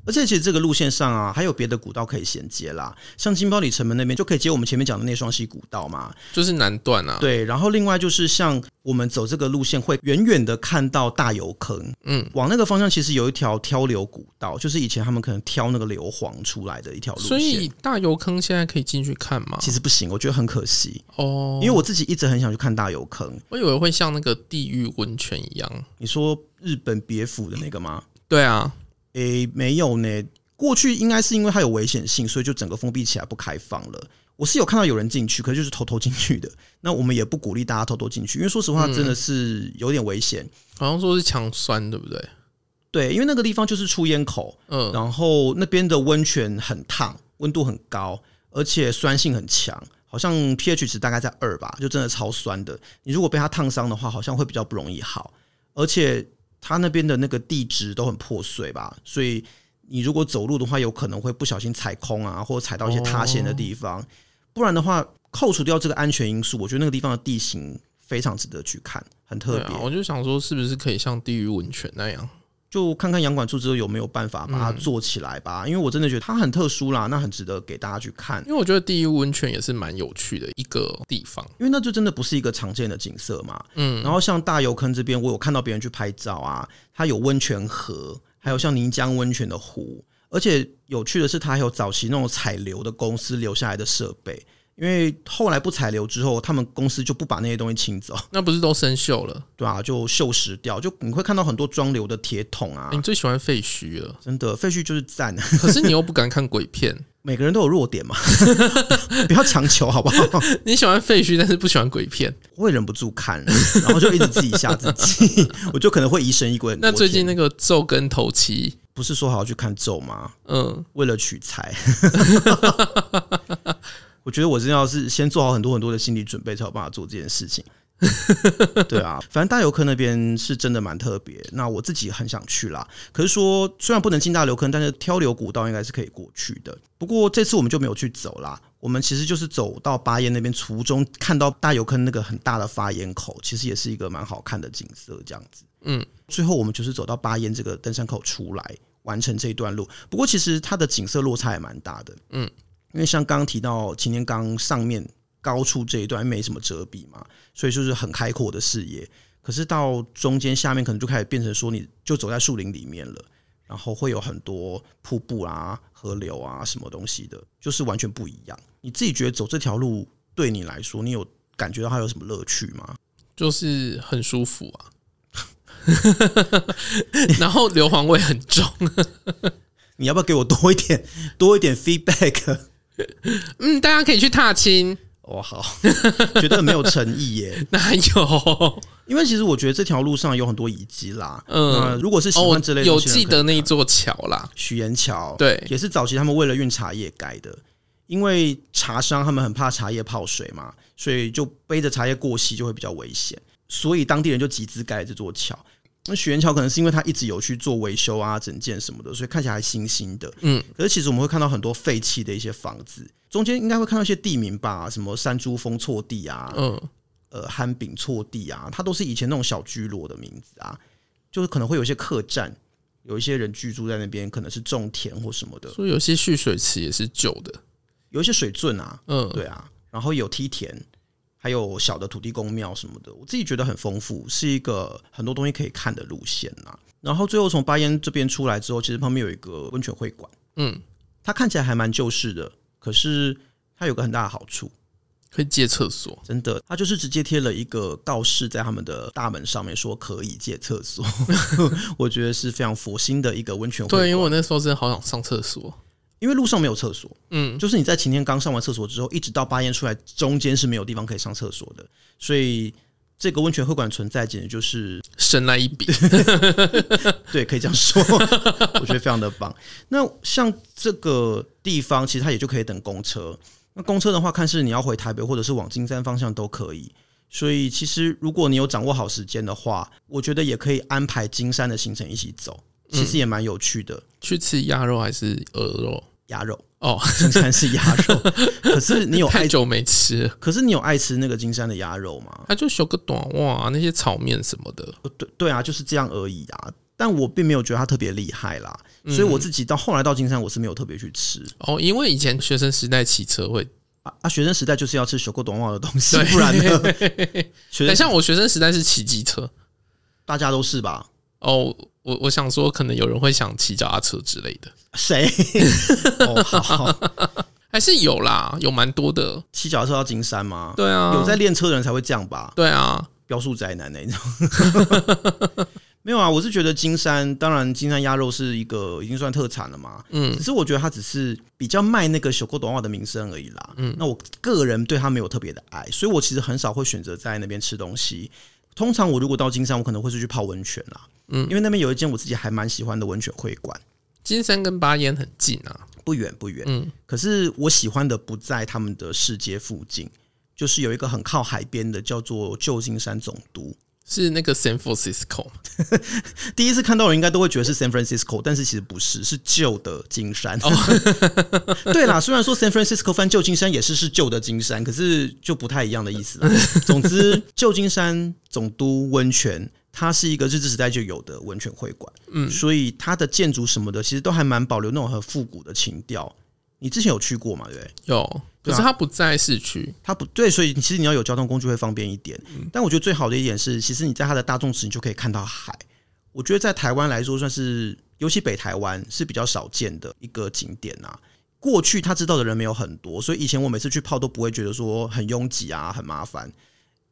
Speaker 2: 而且其实这个路线上啊，还有别的古道可以衔接啦，像金包里城门那边就可以接我们前面讲的那双溪古道嘛。
Speaker 1: 就是南段啊，
Speaker 2: 对，然后另外就是像我们走这个路线，会远远的看到大油坑，
Speaker 1: 嗯，
Speaker 2: 往那个方向其实有一条挑流古道，就是以前他们可能挑那个硫磺出来的一条路线。
Speaker 1: 所以大油坑现在可以进去看吗？
Speaker 2: 其实不行，我觉得很可惜，
Speaker 1: 哦，
Speaker 2: 因为我自己一直很想去看大油坑。
Speaker 1: 我以为会像那个地狱温泉一样。
Speaker 2: 你说日本别府的那个吗？
Speaker 1: 对啊，
Speaker 2: 诶，没有呢。过去应该是因为它有危险性，所以就整个封闭起来不开放了。我是有看到有人进去，可是就是偷偷进去的。那我们也不鼓励大家偷偷进去，因为说实话，真的是有点危险。
Speaker 1: 好像说是强酸，对不对？
Speaker 2: 对，因为那个地方就是出烟口，
Speaker 1: 嗯，
Speaker 2: 然后那边的温泉很烫，温度很高，而且酸性很强，好像 pH 值大概在二吧，就真的超酸的。你如果被它烫伤的话，好像会比较不容易好，而且它那边的那个地质都很破碎吧，所以你如果走路的话，有可能会不小心踩空啊，或者踩到一些塌
Speaker 1: 哦
Speaker 2: 陷的地方。不然的话，扣除掉这个安全因素，我觉得那个地方的地形非常值得去看，很特
Speaker 1: 对
Speaker 2: 别。
Speaker 1: 啊，我就想说是不是可以像地狱温泉那样？
Speaker 2: 就看看洋管处之后有没有办法把它做起来吧，因为我真的觉得它很特殊啦，那很值得给大家去看，
Speaker 1: 因为我觉得地狱温泉也是蛮有趣的一个地方。
Speaker 2: 因为那就真的不是一个常见的景色嘛。
Speaker 1: 嗯，
Speaker 2: 然后像大油坑这边，我有看到别人去拍照啊，它有温泉河，还有像泥浆温泉的湖，而且有趣的是，它还有早期那种采硫的公司留下来的设备，因为后来不采硫之后，他们公司就不把那些东西清走，
Speaker 1: 那不是都生锈了？
Speaker 2: 对啊，就锈蚀掉，就你会看到很多装硫的铁桶啊
Speaker 1: 你，最喜欢废墟了，
Speaker 2: 真的废墟就是赞。啊
Speaker 1: 可是你又不敢看鬼片。 (laughs)
Speaker 2: 每个人都有弱点嘛， (laughs) 不要强求好不
Speaker 1: (laughs)
Speaker 2: 好？
Speaker 1: 你喜欢废墟，但是不喜欢鬼片。
Speaker 2: 我会忍不住看，然后就一直自己吓自己， (laughs) 我就可能会疑神疑鬼很多
Speaker 1: 那
Speaker 2: 天。
Speaker 1: 最近那个咒跟头七，
Speaker 2: 不是说好要去看咒吗？
Speaker 1: 嗯，
Speaker 2: 为了取材， (laughs) 我觉得我真的要是先做好很多很多的心理准备，才有办法做这件事情。对啊，反正大游坑那边是真的蛮特别，那我自己很想去啦。可是说虽然不能进大流坑，但是挑流古道应该是可以过去的。不过这次我们就没有去走啦，我们其实就是走到巴彦那边，途中看到大游坑那个很大的发烟口，其实也是一个蛮好看的景色，这样子。
Speaker 1: 嗯，
Speaker 2: 最后我们就是走到巴彦这个登山口出来，完成这一段路。不过其实它的景色落差也蛮大的，
Speaker 1: 嗯，
Speaker 2: 因为像刚刚提到擎天岗上面高处这一段没什么遮蔽嘛，所以就是很开阔的视野。可是到中间下面可能就开始变成说，你就走在树林里面了，然后会有很多瀑布啊、河流啊什么东西的，就是完全不一样。你自己觉得走这条路对你来说，你有感觉到它有什么乐趣吗？
Speaker 1: 就是很舒服啊。 (laughs) 然后硫磺味很重，
Speaker 2: 你要不要给我多一点、多一点 feedback？
Speaker 1: 嗯，大家可以去踏青，
Speaker 2: (laughs) 哦，好， (laughs) 觉得很没有诚意耶。
Speaker 1: 哪有？哦，
Speaker 2: 因为其实我觉得这条路上有很多遗迹啦。
Speaker 1: 嗯
Speaker 2: 那如果是喜
Speaker 1: 哦我
Speaker 2: 欢这类
Speaker 1: 有
Speaker 2: 东西的人
Speaker 1: 记
Speaker 2: 可以
Speaker 1: 得那一座桥啦，
Speaker 2: 许岩桥，
Speaker 1: 对
Speaker 2: 也是早期他们为了运茶叶盖的。因为茶商他们很怕茶叶泡水嘛，所以就背着茶叶过溪就会比较危险，所以当地人就集资盖了这座桥。那许岩桥可能是因为它一直有去做维修啊、整建什么的，所以看起来还新新的。
Speaker 1: 嗯，
Speaker 2: 可是其实我们会看到很多废弃的一些房子，中间应该会看到一些地名吧，什么山珠峰错地啊，
Speaker 1: 嗯，
Speaker 2: 呃憨饼错地啊，它都是以前那种小聚落的名字啊，就是可能会有一些客栈，有一些人居住在那边，可能是种田或什么的，
Speaker 1: 说有些蓄水池也是旧的，
Speaker 2: 有一些水圳啊，
Speaker 1: 嗯，
Speaker 2: 对啊，然后有梯田，还有小的土地公庙什么的，我自己觉得很丰富，是一个很多东西可以看的路线啊。然后最后从巴彦这边出来之后，其实旁边有一个温泉会馆，
Speaker 1: 嗯，
Speaker 2: 它看起来还蛮旧式的，可是它有个很大的好处，
Speaker 1: 可以借厕所，
Speaker 2: 真的，他就是直接贴了一个告示在他们的大门上面，说可以借厕所。 (laughs) 我觉得是非常佛心的一个温泉会馆。
Speaker 1: 对，因为我那时候真的好想上厕所，
Speaker 2: 因因为路上没有厕所，
Speaker 1: (laughs) 嗯，
Speaker 2: 就是你在晴天刚上完厕所之后，一直到巴彦出来，中间是没有地方可以上厕所的，所以这个温泉会馆存在，简直就是
Speaker 1: 神来一笔，
Speaker 2: 对，可以这样说， (laughs) 我觉得非常的棒。那像这个地方，其实它也就可以等公车。那公车的话，看是你要回台北，或者是往金山方向都可以。所以其实如果你有掌握好时间的话，我觉得也可以安排金山的行程一起走，其实也蛮有趣的。
Speaker 1: 去吃鸭肉还是鹅肉？
Speaker 2: 鸭肉，
Speaker 1: 哦，
Speaker 2: 金山是鸭
Speaker 1: (laughs)
Speaker 2: 肉，可是你有
Speaker 1: 太
Speaker 2: 爱，
Speaker 1: 久没吃了，
Speaker 2: 可是你有爱吃那个金山的鸭肉吗？
Speaker 1: 它就修个短袜、啊那些炒面什么的。
Speaker 2: 呃对对啊，就是这样而已啊。但我并没有觉得它特别厉害啦，
Speaker 1: 嗯
Speaker 2: 所以我自己到后来到金山，我是没有特别去吃
Speaker 1: 哦，因为以前学生时代骑车会，
Speaker 2: 啊啊。学生时代就是要吃手过短袜的东西，不
Speaker 1: (laughs)
Speaker 2: 然呢？学
Speaker 1: 但
Speaker 2: 生
Speaker 1: 像我学生时代是骑机车。
Speaker 2: 大家都是吧？
Speaker 1: 哦，我我想说，可能有人会想骑脚踏车之类的， (laughs)
Speaker 2: 谁？哦，好好，
Speaker 1: 还是有啦，有蛮多的。
Speaker 2: 骑脚踏车到金山吗？
Speaker 1: 对啊，
Speaker 2: 有在练车的人才会这样吧？
Speaker 1: 对啊，
Speaker 2: 标速宅男那欸 (laughs) 一种。没有啊，我是觉得金山，当然金山鸭肉是一个已经算特产了嘛。
Speaker 1: 嗯
Speaker 2: 只是我觉得它只是比较卖那个小狗短袜的名声而已啦。嗯，那我个人对它没有特别的爱，所以我其实很少会选择在那边吃东西。通常我如果到金山，我可能会是去泡温泉啦。嗯，因为那边有一间我自己还蛮喜欢的温泉会馆，
Speaker 1: 金山跟巴彦很近啊。
Speaker 2: 不远不远。
Speaker 1: 嗯，
Speaker 2: 可是我喜欢的不在他们的市街附近，就是有一个很靠海边的叫做旧金山总督。
Speaker 1: 是那个 San Francisco 嘛
Speaker 2: 第一次看到人应该都会觉得是 San Francisco，但是其实不是，是旧的金山。 (laughs) 对啦，虽然说 San Francisco 翻旧金山也是是旧的金山，可是就不太一样的意思啦。总之，旧金山总督温泉。它是一个日治时代就有的温泉会馆，嗯，所以它的建筑什么的，其实都还蛮保留那种很复古的情调。你之前有去过嘛？对不对？
Speaker 1: 有，可
Speaker 2: 对啊
Speaker 1: 是它不在市区。
Speaker 2: 它不对，所以其实你要有交通工具会方便一点。
Speaker 1: 嗯
Speaker 2: 但我觉得最好的一点是，其实你在它的大众池你就可以看到海。我觉得在台湾来说，算是尤其北台湾是比较少见的一个景点啊。过去他知道的人没有很多，所以以前我每次去泡都不会觉得说很拥挤啊，很麻烦。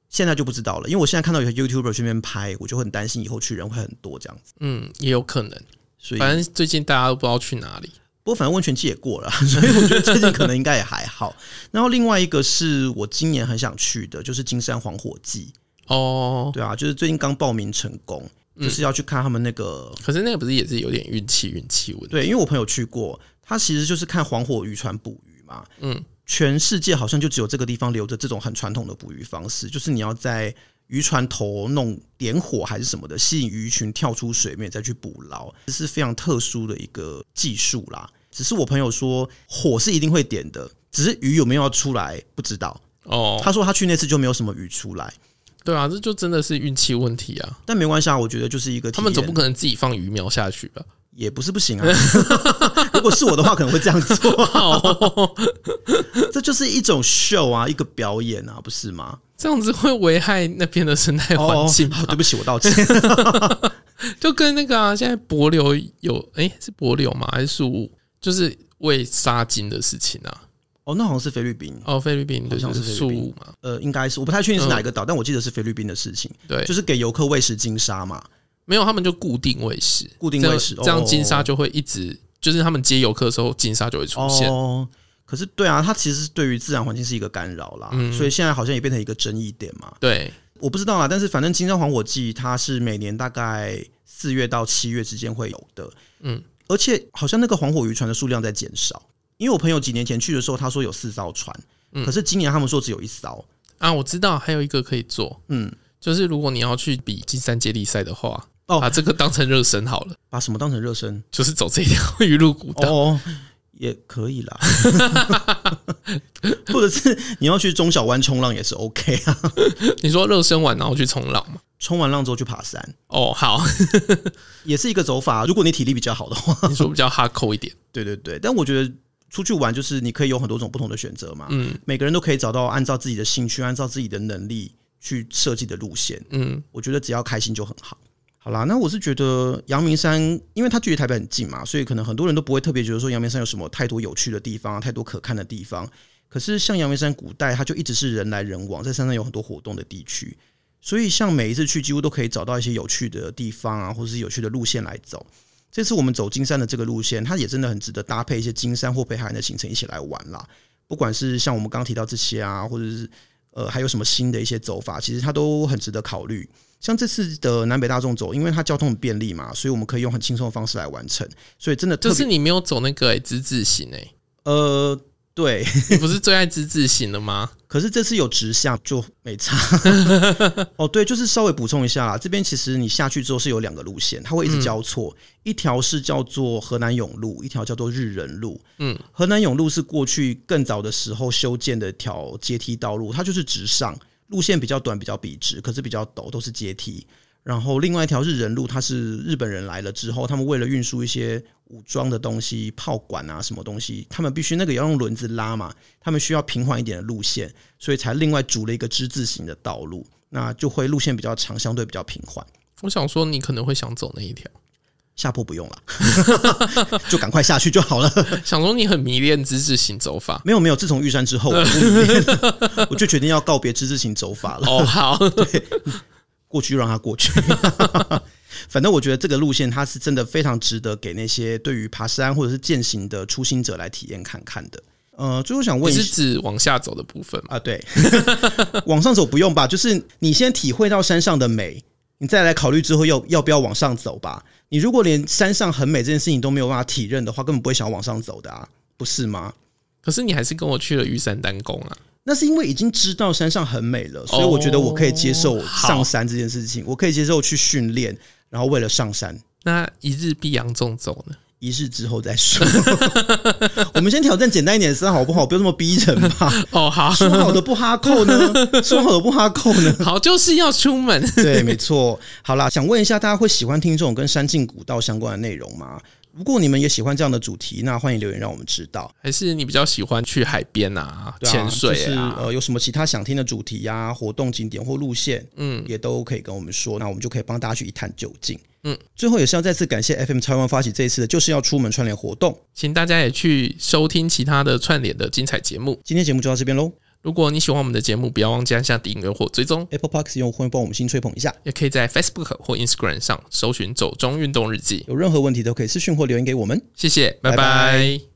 Speaker 2: 现在就不知道了，因为我现在看到有些 YouTuber 去那边拍，我就很担心以后去人会很多这样子。
Speaker 1: 嗯，也有可能。
Speaker 2: 所以，
Speaker 1: 反正最近大家都不知道去哪里。
Speaker 2: 不过反正温泉季也过了， (laughs) 所以我觉得最近可能应该也还好。然后另外一个是我今年很想去的，就是金山黄火季。
Speaker 1: 哦，
Speaker 2: 对啊，就是最近刚报名成功，
Speaker 1: 嗯
Speaker 2: 就是要去看他们那个。
Speaker 1: 可是那个不是也是有点运气，运气问题。
Speaker 2: 对，因为我朋友去过，他其实就是看黄火渔船捕鱼嘛。
Speaker 1: 嗯，
Speaker 2: 全世界好像就只有这个地方留着这种很传统的捕鱼方式，就是你要在渔船头弄点火还是什么的，吸引鱼群跳出水面再去捕捞，这是非常特殊的一个技术啦。只是我朋友说火是一定会点的，只是鱼有没有要出来不知道。
Speaker 1: 哦，
Speaker 2: 他说他去那次就没有什么鱼出来，
Speaker 1: 对啊，这就真的是运气问题啊。
Speaker 2: 但没关系啊，我觉得就是一个
Speaker 1: 他们
Speaker 2: 体
Speaker 1: 总
Speaker 2: 验
Speaker 1: 不可能自己放鱼苗下去 (laughs) 吧？
Speaker 2: 也不是不行啊。 (laughs) 如果是我的话，可能会这样做。这就是一种秀啊，一个表演啊，不是吗？
Speaker 1: 这样子会危害那边的生态 (laughs) 环境啊吧 (laughs)
Speaker 2: 哦，对不起，我道歉。
Speaker 1: 就跟那个啊，现在柏流有诶，是柏流吗？还是树屋？就是喂沙金的事情啊。
Speaker 2: 哦，那好像是菲律宾，
Speaker 1: 哦，菲律宾的
Speaker 2: 好像
Speaker 1: 就是是
Speaker 2: 菲
Speaker 1: 树
Speaker 2: 律宾
Speaker 1: 屋嘛，
Speaker 2: 呃，应该是我不太确定是哪一个岛，但我记得是菲律宾的事情，
Speaker 1: 对
Speaker 2: 就，是给游客喂食金沙嘛，
Speaker 1: 没有他们就固定喂食，
Speaker 2: 固定
Speaker 1: 这样
Speaker 2: 喂食。
Speaker 1: 这样金
Speaker 2: 哦
Speaker 1: 沙就会一直，就是他们接游客的时候，金沙就会出现。
Speaker 2: 哦。可是对啊，它其实对于自然环境是一个干扰啦，
Speaker 1: 嗯
Speaker 2: 所以现在好像也变成一个争议点嘛。
Speaker 1: 对，
Speaker 2: 我不知道啦，但是反正金山黄火季它是每年大概四月到七月之间会有的，
Speaker 1: 嗯，
Speaker 2: 而且好像那个黄火渔船的数量在减少，因为我朋友几年前去的时候他说有四艘船，可是今年他们说只有一艘，
Speaker 1: 啊，我知道还有一个可以做，
Speaker 2: 嗯，
Speaker 1: 就是如果你要去比金山接力赛的话，
Speaker 2: 哦
Speaker 1: 把这个当成热身好了， (laughs)
Speaker 2: 把什么当成热身
Speaker 1: 就是走这一条鱼路古道。
Speaker 2: 哦。也可以啦， (laughs) 或者是你要去中小湾冲浪也是 OK 啊。
Speaker 1: 你说热身完然后去冲浪嘛？
Speaker 2: 冲完浪之后去爬山
Speaker 1: 哦，
Speaker 2: (laughs)
Speaker 1: 好，
Speaker 2: 也是一个走法，啊如果你体力比较好的话。
Speaker 1: 你说比较哈扣一点，
Speaker 2: 对对对，但我觉得出去玩就是你可以有很多种不同的选择嘛。
Speaker 1: 嗯
Speaker 2: 每个人都可以找到按照自己的兴趣、按照自己的能力去设计的路线。
Speaker 1: 嗯，
Speaker 2: 我觉得只要开心就很好。好啦，那我是觉得阳明山，因为它距离台北很近嘛，所以可能很多人都不会特别觉得说阳明山有什么太多有趣的地方、太多可看的地方。可是像阳明山古代，它就一直是人来人往，在山上有很多活动的地区，所以像每一次去，几乎都可以找到一些有趣的地方啊，或者是有趣的路线来走。这次我们走金山的这个路线，它也真的很值得搭配一些金山或北海岸的行程一起来玩啦。不管是像我们刚刚提到这些啊，或者是呃还有什么新的一些走法，其实它都很值得考虑。像这次的南北大众走，因为它交通很便利嘛，所以我们可以用很轻松的方式来完成。所以真的特
Speaker 1: 就
Speaker 2: 别、
Speaker 1: 是你没有走那个欸之字形哎、
Speaker 2: 呃，对，
Speaker 1: 你不是最爱之字形的吗？ (laughs)
Speaker 2: 可是这次有直下就没差。哦，对，就是稍微补充一下啦，这边其实你下去之后是有两个路线，它会一直交错，一条是叫做河南永路，一条叫做日仁路。
Speaker 1: 嗯，
Speaker 2: 河南永路是过去更早的时候修建的一条阶梯道路，它就是直上，路线比较短，比较笔直，可是比较陡，都是阶梯。然后另外一条日仁路，它是日本人来了之后，他们为了运输一些武装的东西、炮管啊什么东西，他们必须那个也要用轮子拉嘛，他们需要平缓一点的路线，所以才另外筑了一个之字形的道路，那就会路线比较长，相对比较平缓，
Speaker 1: 我想说你可能会想走那一条，
Speaker 2: 下坡不用了， (laughs) 就赶快下去就好了。 (laughs)
Speaker 1: 想说你很迷恋之字形走法。
Speaker 2: 没有没有，自从玉山之后，我就迷恋了 (laughs) 我就决定要告别之字形走法了。
Speaker 1: 哦，好，
Speaker 2: 过去就让它过去。 (laughs) 反正我觉得这个路线它是真的非常值得给那些对于爬山或者是践行的初心者来体验看看的。呃，最后想
Speaker 1: 你
Speaker 2: 问一
Speaker 1: 是
Speaker 2: 下
Speaker 1: 指往下走的部分吗？
Speaker 2: 啊，对， (laughs) 往上走不用吧？就是你先体会到山上的美，你再来考虑之后要要不要往上走吧。你如果连山上很美这件事情都没有办法体认的话，根本不会想要往上走的啊，不是吗？
Speaker 1: 可是你还是跟我去了玉山丹宫啊。
Speaker 2: 那是因为已经知道山上很美了，所以我觉得我可以接受
Speaker 1: 哦好
Speaker 2: 上山这件事情，我可以接受去训练，然后为了上山，
Speaker 1: 那一日必扬纵走
Speaker 2: (laughs)
Speaker 1: 呢？
Speaker 2: 一日之后再说。 (laughs) 我们先挑战简单一点的山好不好？不要这么逼人吧。
Speaker 1: 哦，好
Speaker 2: 说好的不哈扣呢？说好的不哈扣呢？
Speaker 1: 好，就是要出门。 (laughs)
Speaker 2: 对，没错。好啦，想问一下，大家会喜欢听这种跟山径古道相关的内容吗？如果你们也喜欢这样的主题，那欢迎留言让我们知道。
Speaker 1: 还是你比较喜欢去海边啊、
Speaker 2: 对啊
Speaker 1: 潜
Speaker 2: 就
Speaker 1: 水
Speaker 2: 是
Speaker 1: 啊？
Speaker 2: 呃，有什么其他想听的主题呀、活动景点或路线，
Speaker 1: 嗯，
Speaker 2: 也都可以跟我们说，那我们就可以帮大家去一探究竟。
Speaker 1: 嗯，
Speaker 2: 最后也是要再次感谢 FM 台湾发起这一次的就是要出门串联活动。
Speaker 1: 请大家也去收听其他的串联的精彩节目。
Speaker 2: 今天节目就到这边喽
Speaker 1: 如果你喜欢我们的节目，不要忘记按下订阅或追踪，
Speaker 2: ，Apple Park 用户会帮我们新吹捧一下。
Speaker 1: 也可以在 Facebook 或 Instagram 上搜寻“走中运动日记
Speaker 2: 有任何问题都可以私讯或留言给我们。”。
Speaker 1: 谢谢，拜
Speaker 2: 拜
Speaker 1: 拜
Speaker 2: 拜